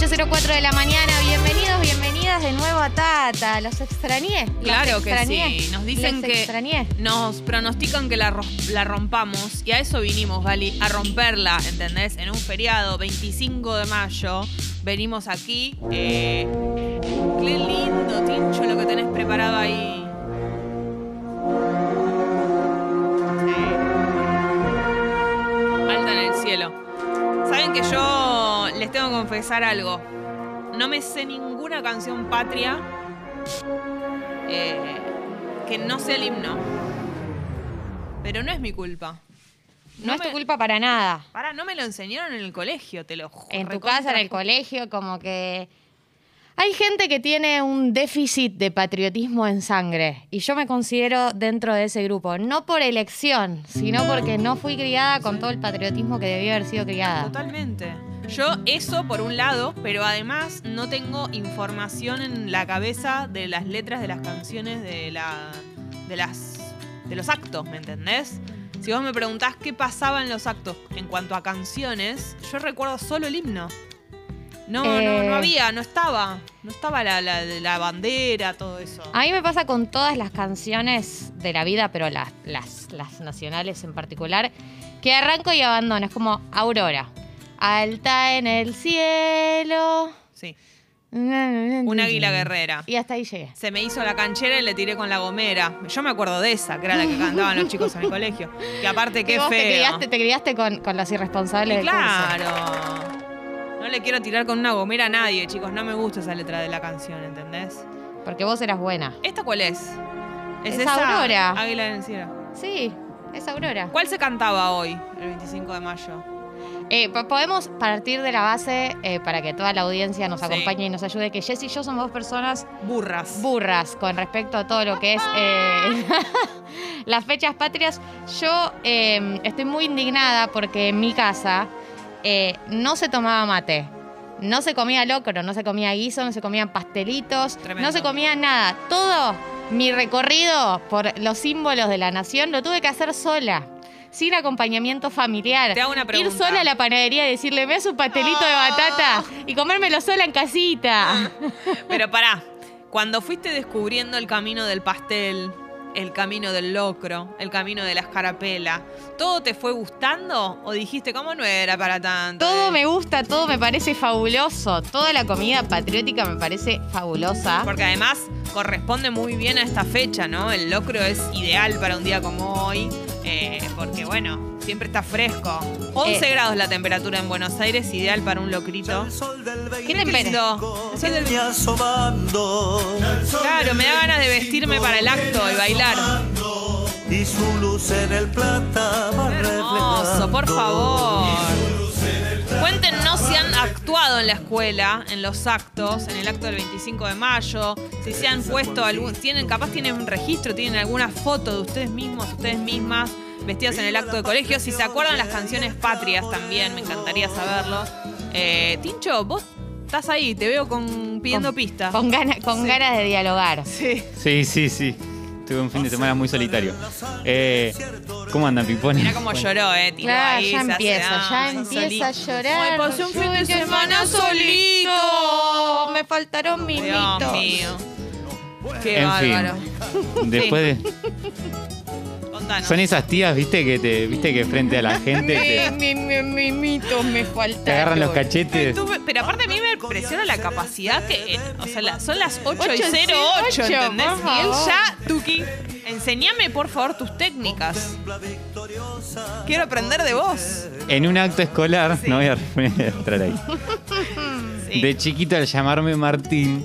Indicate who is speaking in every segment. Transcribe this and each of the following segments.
Speaker 1: 8.04 de la mañana. Bienvenidos, bienvenidas de nuevo a Tata. Los extrañé. los
Speaker 2: Claro que
Speaker 1: extrañé,
Speaker 2: sí. Nos dicen
Speaker 1: los
Speaker 2: que
Speaker 1: extrañé.
Speaker 2: nos pronostican que la, ro- la rompamos y a eso vinimos, Gali, a romperla, ¿entendés? En un feriado, 25 de mayo, venimos aquí. eh, qué lindo, Tincho, lo que tenés preparado ahí. Sí. Alta en el cielo. Saben que yo les tengo que confesar algo. No me sé ninguna canción patria eh, que no sea el himno. Pero no es mi culpa.
Speaker 1: No,
Speaker 2: No
Speaker 1: es tu
Speaker 2: me-
Speaker 1: culpa para nada.
Speaker 2: Pará, no me lo enseñaron en el colegio, te lo juro.
Speaker 1: En tu casa, en el colegio, como que... Hay gente que tiene un déficit de patriotismo en sangre y yo me considero dentro de ese grupo, no por elección, sino porque no fui criada con todo el patriotismo que debía haber sido criada.
Speaker 2: Totalmente. Yo eso por un lado, pero además no tengo información en la cabeza de las letras de las canciones de la de las de los actos, ¿me entendés? Si vos me preguntás qué pasaba en los actos en cuanto a canciones, yo recuerdo solo el himno. No, no,
Speaker 1: Eh.
Speaker 2: no había, no estaba. No estaba la, la, la bandera, todo eso.
Speaker 1: A mí me pasa con todas las canciones de la vida, pero las, las, las nacionales en particular, que arranco y abandono. Es como Aurora. Alta en el cielo.
Speaker 2: Sí.
Speaker 1: Un
Speaker 2: Una águila guerrera.
Speaker 1: Y hasta ahí llegué.
Speaker 2: Se me hizo la canchera y le tiré con la gomera. Yo me acuerdo de esa, que era la que cantaban los chicos en el colegio. Que aparte,
Speaker 1: Y
Speaker 2: qué
Speaker 1: vos Te
Speaker 2: feo.
Speaker 1: criaste, te criaste con, con los irresponsables
Speaker 2: Y
Speaker 1: del curso.
Speaker 2: claro. No le quiero tirar con una gomera a nadie, chicos. No me gusta esa letra de la canción, ¿entendés?
Speaker 1: Porque vos eras buena.
Speaker 2: ¿Esta cuál es?
Speaker 1: Es
Speaker 2: esa?
Speaker 1: Aurora.
Speaker 2: Águila en el cielo.
Speaker 1: Sí, es Aurora.
Speaker 2: ¿Cuál se cantaba hoy, el 25 de mayo?
Speaker 1: Eh, po- podemos partir de la base eh, para que toda la audiencia nos
Speaker 2: Sí.
Speaker 1: acompañe y nos ayude, que Jess y yo somos dos personas
Speaker 2: Burras.
Speaker 1: burras con respecto a todo lo que es eh, las fechas patrias. Yo eh, estoy muy indignada porque en mi casa eh, no se tomaba mate. No se comía locro, no se comía guiso, no se comían pastelitos,
Speaker 2: Tremendo.
Speaker 1: no se comía nada. Todo mi recorrido por los símbolos de la nación lo tuve que hacer sola, sin acompañamiento familiar.
Speaker 2: Te hago una
Speaker 1: Ir
Speaker 2: pregunta. Ah.
Speaker 1: sola a la panadería y decirle, me hace un pastelito de batata y comérmelo sola en casita.
Speaker 2: Pero pará, cuando fuiste descubriendo el camino del pastel, el camino del locro, el camino de la escarapela, ¿todo te fue gustando o dijiste cómo no era para tanto?
Speaker 1: Todo me gusta, todo me parece fabuloso. Toda la comida patriótica me parece fabulosa.
Speaker 2: Ah. Porque además corresponde muy bien a esta fecha, ¿no? El locro es ideal para un día como hoy, eh, porque bueno, siempre está fresco. 11
Speaker 1: Eh.
Speaker 2: grados la temperatura en Buenos Aires, ideal para un locrito.
Speaker 1: ¿Qué tempera?
Speaker 2: Lindo. Soy del-
Speaker 3: asomando
Speaker 2: Claro, me da ganas de vestirme para el acto y bailar.
Speaker 3: y su luz en el plata va
Speaker 2: Hermoso, por
Speaker 3: reflejando.
Speaker 2: favor. Cuéntenos si han actuado en la escuela, en los actos, en el acto del 25 de mayo, si se han puesto algún, tienen, capaz tienen un registro, tienen alguna foto de ustedes mismos, ustedes mismas, vestidas en el acto de colegio, si se acuerdan las canciones patrias también, me encantaría saberlo. Eh, Tincho, vos estás ahí, te veo con, pidiendo
Speaker 1: Con-
Speaker 2: pistas.
Speaker 1: Con, gana- con
Speaker 2: Sí.
Speaker 1: ganas de dialogar.
Speaker 2: Sí.
Speaker 4: Sí, sí, sí. Tuve un fin de semana muy solitario. Eh, ¿Cómo andan, Pipón?
Speaker 2: Mirá cómo
Speaker 4: Bueno,
Speaker 2: lloró, eh, tiró
Speaker 1: Claro,
Speaker 2: ahí,
Speaker 1: ya
Speaker 2: se hace
Speaker 1: empieza, ya
Speaker 2: danza,
Speaker 1: empieza a
Speaker 2: solito.
Speaker 1: llorar.
Speaker 2: Ay, pasé un fin
Speaker 1: Uy,
Speaker 2: de
Speaker 1: qué
Speaker 2: semana solito.
Speaker 1: Me faltaron
Speaker 2: Dios
Speaker 1: minutos.
Speaker 2: mío. Qué
Speaker 4: En fin.
Speaker 2: bárbaro.
Speaker 4: Después de-
Speaker 2: Contanos.
Speaker 4: son esas tías, viste, que te, viste que frente a la gente te,
Speaker 1: Mi, mi- mi- mitos me faltaron.
Speaker 4: te agarran los
Speaker 2: Ay,
Speaker 4: cachetes.
Speaker 2: tú me- pero aparte a mí me impresiona la capacidad que. eh, o sea, la- son las 8 y
Speaker 1: Ocho y
Speaker 2: 08,
Speaker 1: cero ocho,
Speaker 2: ¿entendés?
Speaker 1: por
Speaker 2: Y él
Speaker 1: favor.
Speaker 2: ya, Tuki, enseñame por favor tus técnicas. Quiero aprender de vos.
Speaker 4: En un acto escolar, no voy a voy a entrar ahí.
Speaker 2: Sí.
Speaker 4: De chiquito, al llamarme Martín,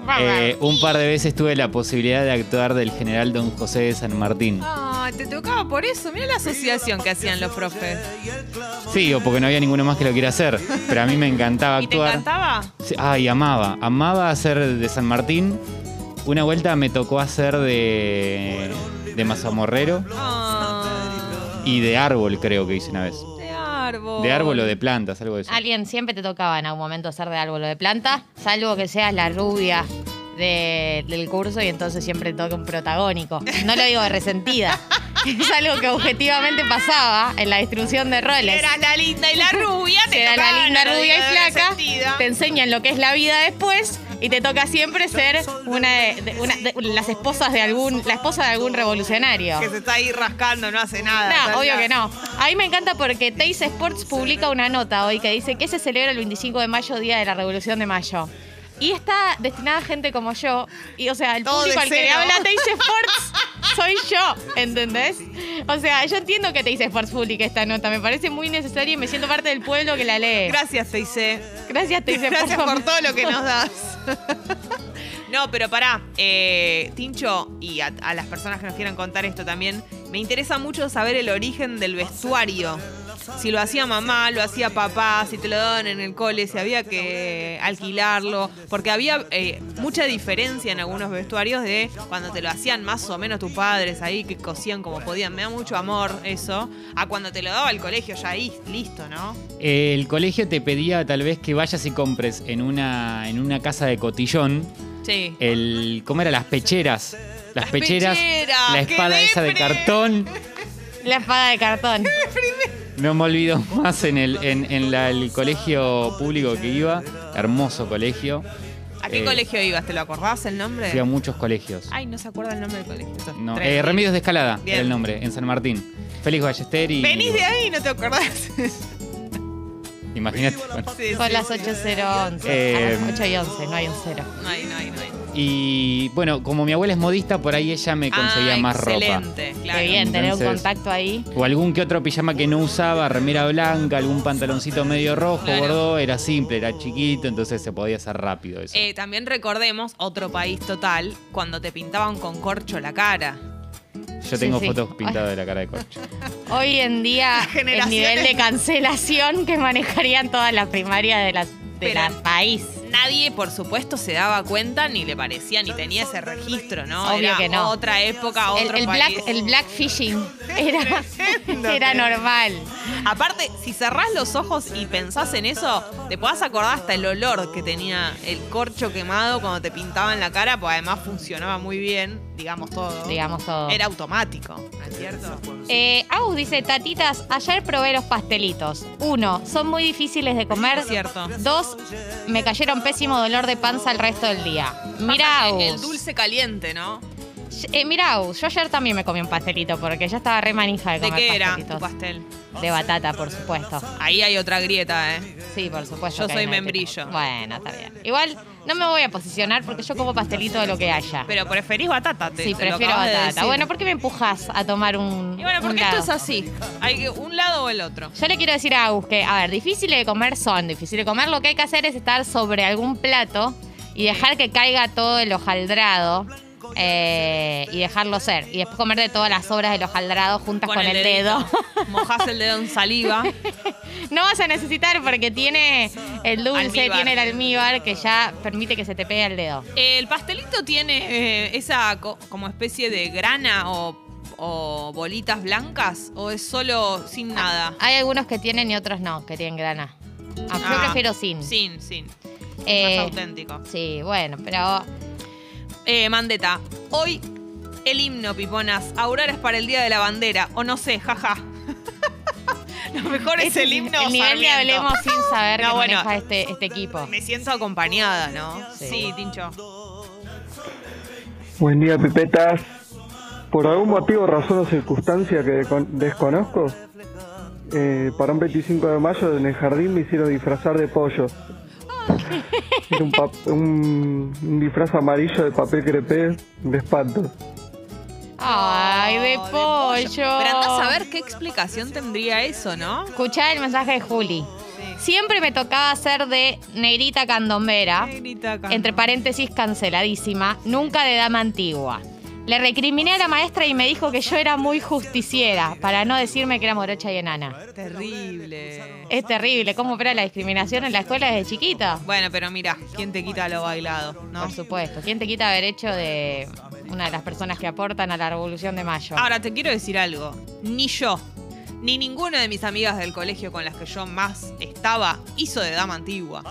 Speaker 1: Bárbaro.
Speaker 4: eh, un par de veces tuve la posibilidad de actuar del general don José de San Martín.
Speaker 2: Ay, te tocaba por eso. Mira la asociación que hacían los profes.
Speaker 4: Sí, o porque no había ninguno más que lo quiera hacer. Pero a mí me encantaba
Speaker 2: ¿Y te
Speaker 4: actuar.
Speaker 2: encantaba?
Speaker 4: Sí, Ay, amaba. Amaba hacer de San Martín. Una vuelta me tocó hacer de, de mazamorrero
Speaker 2: Ah,
Speaker 4: y de árbol, creo que hice una vez.
Speaker 2: de árbol.
Speaker 4: De árbol o de plantas, algo de eso.
Speaker 1: Alguien siempre te tocaba en algún momento hacer de árbol o de planta, salvo que seas la rubia de- del curso y entonces siempre toca un protagónico. No lo digo de resentida. que es algo que objetivamente pasaba en la distribución de roles.
Speaker 2: Era la linda y la rubia.
Speaker 1: Si
Speaker 2: te
Speaker 1: eras
Speaker 2: tocaba
Speaker 1: la linda, rubia y flaca,
Speaker 2: resentida.
Speaker 1: te enseñan lo que es la vida después y te toca siempre ser una de, de- una de- las esposas de algún, la esposa de algún revolucionario.
Speaker 2: Que se está ahí rascando, no hace nada. Está
Speaker 1: No, obvio
Speaker 2: ya-
Speaker 1: que no. A mí me encanta porque Teis Sports publica una nota hoy que dice que se celebra el 25 de mayo, Día de la Revolución de Mayo. Y está destinada a gente como yo. Y, o sea, el
Speaker 2: Todo
Speaker 1: público
Speaker 2: de
Speaker 1: al que le
Speaker 2: cero.
Speaker 1: habla Teis Sports soy yo, ¿entendés? O sea, yo entiendo que Teis Sports publica esta nota. Me parece muy necesaria y me siento parte del pueblo que la lee.
Speaker 2: Gracias, Teise.
Speaker 1: Gracias, Teis Sports.
Speaker 2: Gracias por todo lo que nos das. No, pero pará, eh, Tincho, y a, a las personas que nos quieran contar esto también, me interesa mucho saber el origen del vestuario. Si lo hacía mamá, lo hacía papá, si te lo daban en el cole, si había que alquilarlo, porque había eh, mucha diferencia en algunos vestuarios de cuando te lo hacían más o menos tus padres ahí, que cosían como podían, me da mucho amor eso, a cuando te lo daba el colegio ya ahí, listo, ¿no?
Speaker 4: El colegio te pedía tal vez que vayas y compres en una, en una casa de cotillón
Speaker 2: Sí.
Speaker 4: el. ¿Cómo era? Las pecheras. Las,
Speaker 2: Las
Speaker 4: pecheras,
Speaker 2: pecheras,
Speaker 4: la
Speaker 2: qué
Speaker 4: espada esa de
Speaker 2: depre.
Speaker 4: cartón.
Speaker 1: La espada de cartón.
Speaker 4: No me olvido más en el, en, en la- el colegio público que iba. Hermoso colegio.
Speaker 2: ¿A qué
Speaker 4: Eh,
Speaker 2: colegio ibas? ¿Te lo acordás el nombre?
Speaker 4: Fui a muchos colegios.
Speaker 2: Ay, no se acuerda el nombre del colegio. Eso es
Speaker 4: No,
Speaker 2: tremendo.
Speaker 4: eh, Remedios de Escalada
Speaker 2: Bien.
Speaker 4: era el nombre, en San Martín. Félix Ballester y.
Speaker 2: Venís de ahí y no te acordás.
Speaker 4: Imagínate. bueno.
Speaker 2: Sí,
Speaker 1: Son
Speaker 2: sí.
Speaker 1: las 8.011.
Speaker 4: Eh,
Speaker 1: a las 8 y 11, no hay un cero.
Speaker 2: No hay, no hay, no hay.
Speaker 4: Y bueno, como mi abuela es modista, por ahí ella me conseguía
Speaker 2: Ah,
Speaker 4: más ropa.
Speaker 2: excelente, claro.
Speaker 1: Qué bien, tener un
Speaker 4: Entonces-
Speaker 1: contacto ahí.
Speaker 4: O algún que otro pijama que no usaba, remera blanca, algún pantaloncito medio rojo,
Speaker 2: Claro.
Speaker 4: bordó, era simple, era chiquito, entonces se podía hacer rápido eso.
Speaker 2: Eh, también recordemos, otro país total, cuando te pintaban con corcho la cara.
Speaker 4: Yo tengo
Speaker 1: sí, sí.
Speaker 4: fotos pintadas de la cara de corcho.
Speaker 1: Hoy en día, el
Speaker 2: generaciones-
Speaker 1: nivel de cancelación que manejarían todas las primarias de la, de la
Speaker 2: Pero-
Speaker 1: país.
Speaker 2: Nadie, por supuesto, se daba cuenta, ni le parecía, ni tenía ese registro, ¿no?
Speaker 1: Obvio
Speaker 2: Era
Speaker 1: que no.
Speaker 2: otra época,
Speaker 1: El,
Speaker 2: otro
Speaker 1: el black,
Speaker 2: país.
Speaker 1: el black fishing era, era normal.
Speaker 2: Aparte, si cerrás los ojos y pensás en eso, te podás acordar hasta el olor que tenía el corcho quemado cuando te pintaban la cara, pues además funcionaba muy bien, digamos todo.
Speaker 1: Digamos todo.
Speaker 2: Era automático, ¿no es cierto?
Speaker 1: Eh, Agus dice, tatitas, ayer probé los pastelitos. Uno, son muy difíciles de comer.
Speaker 2: Es cierto.
Speaker 1: Dos, me cayeron pésimo dolor de panza el resto del día. Mira,
Speaker 2: Pasa
Speaker 1: Agus.
Speaker 2: El dulce caliente, ¿no?
Speaker 1: Eh, mirá, Agus, yo ayer también me comí un pastelito porque ya estaba re manija de
Speaker 2: ¿De
Speaker 1: comer
Speaker 2: qué era tu
Speaker 1: pastelitos.
Speaker 2: pastel?
Speaker 1: De batata, por supuesto.
Speaker 2: Ahí hay otra grieta, ¿eh?
Speaker 1: Sí, por supuesto.
Speaker 2: Yo
Speaker 1: que
Speaker 2: soy
Speaker 1: hay una
Speaker 2: membrillo.
Speaker 1: grieta. Bueno, está bien. Igual no me voy a posicionar porque yo como pastelito de lo que haya.
Speaker 2: Pero preferís batata, te
Speaker 1: sí,
Speaker 2: te lo
Speaker 1: prefiero
Speaker 2: acabas de
Speaker 1: batata.
Speaker 2: decir.
Speaker 1: Bueno, ¿por qué me empujas a tomar un.
Speaker 2: Y bueno,
Speaker 1: un
Speaker 2: porque
Speaker 1: lado?
Speaker 2: esto es así. Hay que- un lado o el otro.
Speaker 1: Yo le quiero decir a Agus que, a ver, difícil de comer son, difícil de comer. Lo que hay que hacer es estar sobre algún plato y dejar que caiga todo el hojaldrado eh, y dejarlo ser. Y después comer de todas las sobras del hojaldrado juntas con, el, dedo.
Speaker 2: Mojás el dedo en saliva.
Speaker 1: No vas a necesitar porque tiene el dulce,
Speaker 2: Almíbar.
Speaker 1: tiene el almíbar que ya permite que se te pegue el dedo.
Speaker 2: El pastelito tiene eh, esa co- como especie de grana o, o bolitas blancas o es solo sin nada.
Speaker 1: Hay algunos que tienen y otros no, que tienen grana. Ah, yo
Speaker 2: Ah,
Speaker 1: prefiero sin.
Speaker 2: Sin, sin.
Speaker 1: Eh,
Speaker 2: Más auténtico.
Speaker 1: sí, bueno, pero
Speaker 2: Eh, Mandeta, hoy el himno, Piponas, Auroras para el Día de la Bandera, o no sé, jaja. Lo mejor es
Speaker 1: ese
Speaker 2: el himno.
Speaker 1: el nivel de
Speaker 2: Sarmiento.
Speaker 1: hablemos sin saber
Speaker 2: No,
Speaker 1: que
Speaker 2: bueno.
Speaker 1: maneja este, este equipo.
Speaker 2: Me siento acompañada, ¿no? Sí,
Speaker 1: Sí.
Speaker 2: Tincho.
Speaker 5: Buen día, pipetas. Por algún motivo, razón o circunstancia que decon- desconozco, eh, para un 25 de mayo en el jardín me hicieron disfrazar de pollo. Era un, pap- un- un disfraz amarillo de papel crepé de espanto.
Speaker 1: Ay, de
Speaker 2: Oh,
Speaker 1: pollo.
Speaker 2: Pero andás a ver qué explicación tendría eso, ¿no?
Speaker 1: Escuchá el mensaje de Juli. Siempre me tocaba hacer de negrita candombera.
Speaker 2: Negrita acá,
Speaker 1: entre
Speaker 2: ¿no?
Speaker 1: paréntesis canceladísima, nunca de dama antigua. Le recriminé a la maestra y me dijo que yo era muy justiciera, para no decirme que era morocha y enana.
Speaker 2: Terrible.
Speaker 1: Es terrible, ¿cómo opera la discriminación en la escuela desde chiquita?
Speaker 2: Bueno, pero mira, ¿quién te quita lo bailado? ¿no?
Speaker 1: Por supuesto, ¿quién te quita haber hecho de una de las personas que aportan a la Revolución de Mayo?
Speaker 2: Ahora te quiero decir algo. Ni yo, ni ninguna de mis amigas del colegio con las que yo más estaba hizo de dama antigua.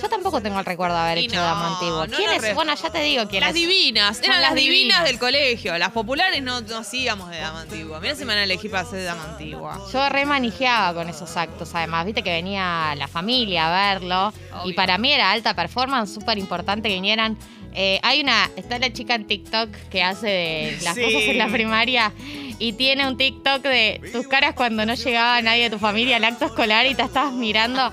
Speaker 1: Yo tampoco tengo el recuerdo de haber
Speaker 2: Y
Speaker 1: hecho
Speaker 2: no,
Speaker 1: dama antiguo.
Speaker 2: no
Speaker 1: ¿Quién
Speaker 2: lo
Speaker 1: es?
Speaker 2: re-
Speaker 1: Bueno, ya te digo quién
Speaker 2: Las
Speaker 1: es.
Speaker 2: divinas,
Speaker 1: Son
Speaker 2: eran
Speaker 1: las
Speaker 2: las divinas,
Speaker 1: divinas.
Speaker 2: del colegio. Las populares no, no hacíamos de dama antigua. Mira si me van a elegir para hacer de dama antigua.
Speaker 1: Yo re manijeaba con esos actos, además, viste que venía la familia a verlo. Y
Speaker 2: Obvio.
Speaker 1: para mí era alta performance, súper importante que vinieran. Eh, hay una, está la chica en TikTok que hace de las
Speaker 2: Sí.
Speaker 1: cosas en la primaria y tiene un TikTok de tus caras cuando no llegaba nadie de tu familia al acto escolar y te estabas mirando.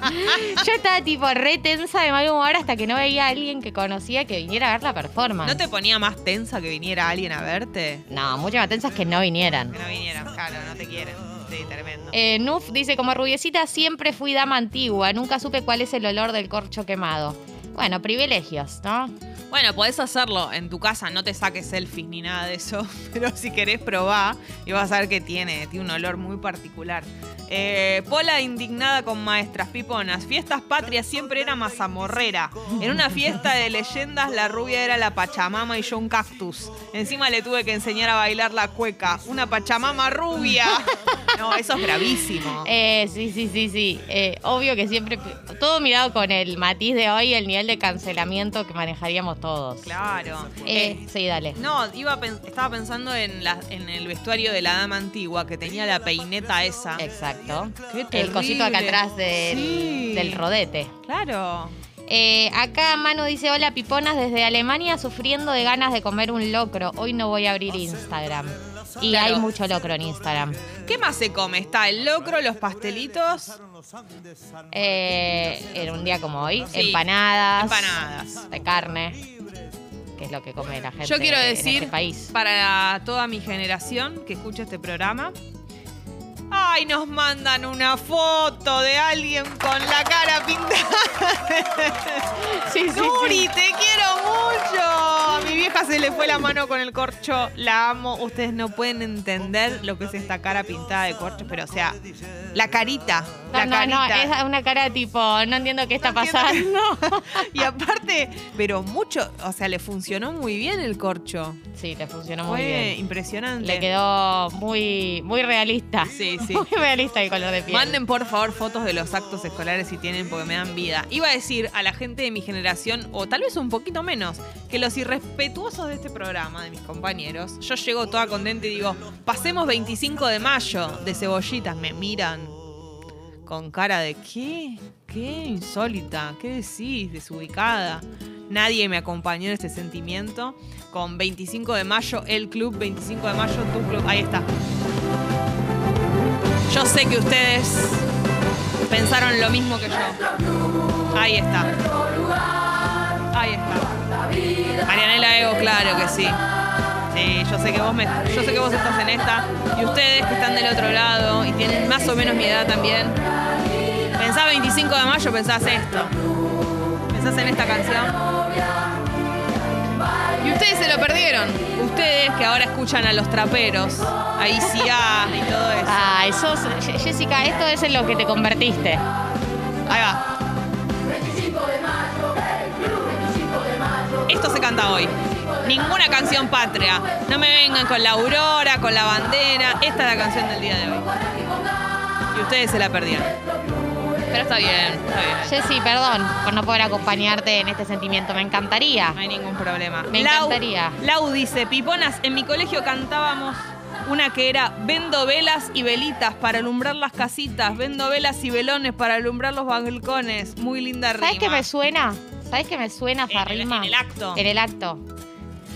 Speaker 1: Yo estaba tipo re tensa de mal humor hasta que no veía a alguien que conocía que viniera a ver la performance.
Speaker 2: ¿No te ponía más tensa que viniera alguien a verte?
Speaker 1: No, mucho más tensa es que no vinieran.
Speaker 2: Que no vinieran, claro, no te quieren. Sí, tremendo.
Speaker 1: Eh, Nuf dice, como rubiecita siempre fui dama antigua, nunca supe cuál es el olor del corcho quemado. Bueno, privilegios, ¿no?
Speaker 2: Bueno, podés hacerlo en tu casa, no te saques selfies ni nada de eso, pero si querés probá y vas a ver que tiene, tiene un olor muy particular. Eh, Pola indignada con maestras piponas, fiestas patrias siempre era mazamorrera. En una fiesta de leyendas la rubia era la pachamama y yo un cactus. Encima le tuve que enseñar a bailar la cueca, una pachamama rubia. No, eso es gravísimo.
Speaker 1: Eh, sí, sí, sí, sí. Eh, obvio que siempre, todo mirado con el matiz de hoy, el nivel de cancelamiento que manejaríamos todos.
Speaker 2: Claro.
Speaker 1: Eh, sí, dale.
Speaker 2: No, iba pen- estaba pensando en, la- en el vestuario de la dama antigua que tenía la peineta esa.
Speaker 1: Exacto.
Speaker 2: Qué
Speaker 1: El
Speaker 2: terrible.
Speaker 1: cosito acá atrás del,
Speaker 2: Sí.
Speaker 1: del rodete.
Speaker 2: Claro.
Speaker 1: Eh, acá Manu dice, hola piponas desde Alemania sufriendo de ganas de comer un locro. Hoy no voy a abrir Instagram. Y
Speaker 2: Ah, Claro.
Speaker 1: hay mucho locro en Instagram.
Speaker 2: ¿Qué más se come? Está el locro, los pastelitos,
Speaker 1: Eh, era un día como hoy.
Speaker 2: Sí.
Speaker 1: Empanadas.
Speaker 2: empanadas.
Speaker 1: De carne. Que es lo que come la gente
Speaker 2: Yo quiero
Speaker 1: en
Speaker 2: decir
Speaker 1: este país.
Speaker 2: para toda mi generación que escucha este programa. Ay, nos mandan una foto de alguien con la cara pintada.
Speaker 1: Sí,
Speaker 2: Nuri, te quiero mucho. A mi vieja se le fue la mano con el corcho. La amo. Ustedes no pueden entender lo que es esta cara pintada de corcho, pero o sea, la carita.
Speaker 1: No,
Speaker 2: La
Speaker 1: no, no,
Speaker 2: carita.
Speaker 1: es una cara tipo, no entiendo qué está
Speaker 2: No entiendo.
Speaker 1: pasando.
Speaker 2: Y aparte, pero mucho, o sea, le funcionó muy bien el corcho.
Speaker 1: Sí, le funcionó muy
Speaker 2: Fue
Speaker 1: bien.
Speaker 2: impresionante.
Speaker 1: Le quedó muy, muy realista.
Speaker 2: Sí, sí.
Speaker 1: Muy realista el color de piel.
Speaker 2: Manden por favor fotos de los actos escolares si tienen porque me dan vida. Iba a decir a la gente de mi generación, o tal vez un poquito menos, que los irrespetuosos de este programa, de mis compañeros, yo llego toda contenta y digo, pasemos 25 de mayo de cebollitas, me miran con cara de qué, qué insólita, qué decís, desubicada. Nadie me acompañó en este sentimiento. Con 25 de mayo, el club, 25 de mayo, tu club, ahí está. Yo sé que ustedes pensaron lo mismo que yo. Ahí está. Ahí está. Marianela Ego, claro que sí. Sí, yo sé que vos me, yo sé que vos estás en esta y ustedes que están del otro lado y tienen más o menos mi edad también. Pensás 25 de mayo, pensás esto. Pensás en esta canción. Y ustedes se lo perdieron. Ustedes que ahora escuchan a los traperos, a ICA y todo eso.
Speaker 1: Ay, sos- Je- Jessica, esto es en lo que te convertiste.
Speaker 2: Ahí va. Esto se canta hoy. Ninguna canción patria. No me vengan con la aurora, con la bandera. Esta es la canción del día de hoy. Y ustedes se la perdieron. Pero está bien, está bien.
Speaker 1: Jessy, perdón por no poder acompañarte en este sentimiento. Me encantaría.
Speaker 2: No hay ningún problema.
Speaker 1: Me encantaría.
Speaker 2: Lau, Lau dice, Piponas, en mi colegio cantábamos una que era vendo velas y velitas para alumbrar las casitas, vendo velas y velones para alumbrar los balcones. Muy linda rima.
Speaker 1: ¿Sabes qué me suena? ¿Sabes qué me suena esa
Speaker 2: En el-
Speaker 1: rima?
Speaker 2: en el acto.
Speaker 1: En el acto.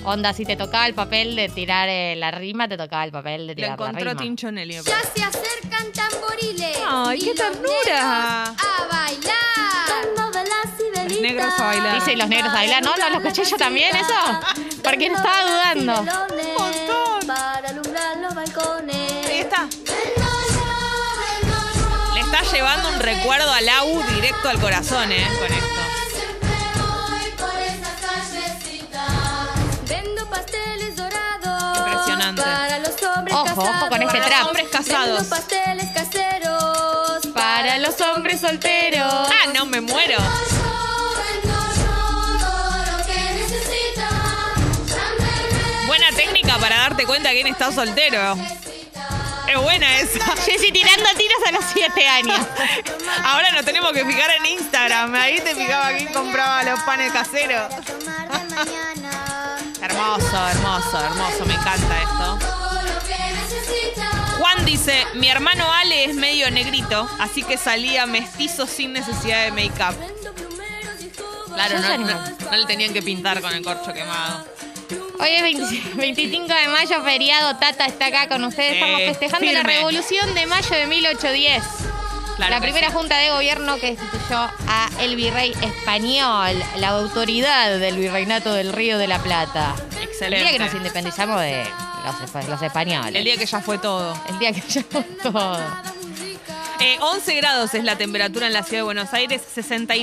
Speaker 1: Onda, si te tocaba el papel de tirar eh, la rima, te tocaba el papel de
Speaker 2: Lo
Speaker 1: tirar la
Speaker 2: encontró
Speaker 1: rima.
Speaker 2: Tinchonelli. me
Speaker 6: Ya
Speaker 2: parece.
Speaker 6: se acercan tamboriles.
Speaker 2: ¡Ay, qué
Speaker 6: y los
Speaker 2: ternura!
Speaker 6: negros A bailar. Dando velas y velitas.
Speaker 2: negros a bailar.
Speaker 1: Dice los negros a bailar. No, no, los escuché yo también, eso. Porque
Speaker 6: Dando
Speaker 1: estaba
Speaker 6: velas y
Speaker 1: dudando.
Speaker 6: velones
Speaker 2: montón.
Speaker 6: Para alumbrar los balcones.
Speaker 2: Ahí está. Le está llevando un recuerdo a Lau directo al corazón,
Speaker 1: e-,
Speaker 2: ¿eh? Con esto.
Speaker 6: Vendo pasteles dorados.
Speaker 2: Impresionante.
Speaker 6: Para los hombres
Speaker 1: Ojo,
Speaker 6: casados.
Speaker 1: ojo con este
Speaker 2: Para los
Speaker 1: trap.
Speaker 2: hombres
Speaker 6: Vendo
Speaker 2: casados.
Speaker 6: pasteles caseros.
Speaker 1: Para los hombres solteros.
Speaker 2: Ah, no, me muero. Buena técnica para darte cuenta quién está soltero. Es buena esa.
Speaker 1: Jessy tirando tiros a los 7 años.
Speaker 2: Ahora nos tenemos que fijar en Instagram. Ahí te fijaba quién compraba los panes caseros.
Speaker 6: a tomar de mañana.
Speaker 2: Hermoso, hermoso, hermoso. Me encanta esto.
Speaker 6: Todo lo que necesitas.
Speaker 2: Juan dice, mi hermano Ale es medio negrito, así que salía mestizo sin necesidad de make-up.
Speaker 6: Vendo plumeros y escobas.
Speaker 2: Claro,
Speaker 1: Yo
Speaker 2: no,
Speaker 1: ya
Speaker 2: no- no le tenían que pintar con el corcho quemado.
Speaker 1: Hoy es 20 25 de mayo, feriado. Tata está acá con ustedes. Estamos
Speaker 2: Eh,
Speaker 1: festejando la
Speaker 2: firme.
Speaker 1: revolución de mayo de 1810.
Speaker 2: Claro
Speaker 1: la
Speaker 2: que
Speaker 1: primera
Speaker 2: sí.
Speaker 1: junta de gobierno que instituyó a el virrey español, la autoridad del virreinato del Río de la Plata. El
Speaker 2: Excelente.
Speaker 1: día que nos independizamos de los, espa- los españoles.
Speaker 2: El día que ya fue todo.
Speaker 1: El día que ya fue todo.
Speaker 2: Eh, 11 grados es la temperatura en la ciudad de Buenos Aires,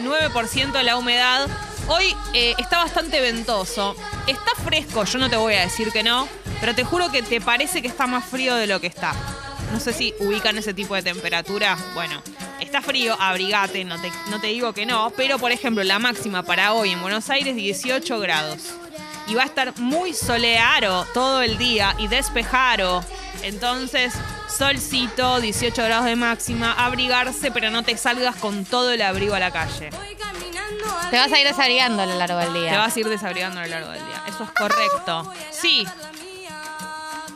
Speaker 2: 69% la humedad. Hoy eh, está bastante ventoso. Está fresco, yo no te voy a decir que no, pero te juro que te parece que está más frío de lo que está. No sé si ubican ese tipo de temperatura. Bueno, está frío, abrigate, no te, no te digo que no, pero por ejemplo, la máxima para hoy en Buenos Aires, 18 grados y va a estar muy soleado todo el día y despejado. Entonces, solcito, 18 grados de máxima, abrigarse, pero no te salgas con todo el abrigo a la calle.
Speaker 6: Voy caminando
Speaker 1: Te vas a ir desabrigando a lo largo del día.
Speaker 2: Te vas a ir desabrigando a lo largo del día. Eso es correcto. Sí,
Speaker 6: la mía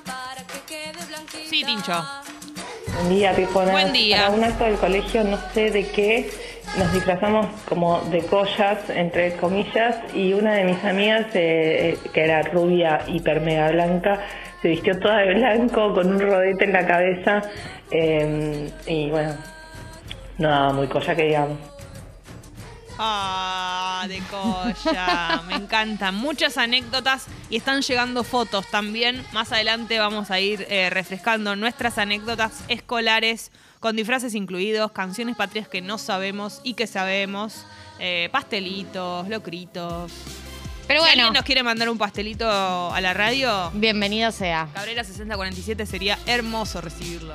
Speaker 6: para que quede blanquita.
Speaker 2: sí, Tincho.
Speaker 7: Buen día, Pipona.
Speaker 2: Buen día.
Speaker 7: Para un acto del colegio, no sé de qué, nos disfrazamos como de collas, entre comillas, y una de mis amigas, eh, eh, que era rubia, hiper mega blanca, se vistió toda de blanco, con un rodete en la cabeza, eh, y bueno, nada, muy colla que digamos.
Speaker 2: Ah, de colla. Me encantan. Muchas anécdotas y están llegando fotos también. Más adelante vamos a ir eh, refrescando nuestras anécdotas escolares con disfraces incluidos, canciones patrias que no sabemos y que sabemos, eh, pastelitos, locritos.
Speaker 1: Pero
Speaker 2: si
Speaker 1: bueno,
Speaker 2: alguien nos quiere mandar un pastelito a la radio,
Speaker 1: bienvenido sea.
Speaker 2: Cabrera 6047 sería hermoso recibirlo.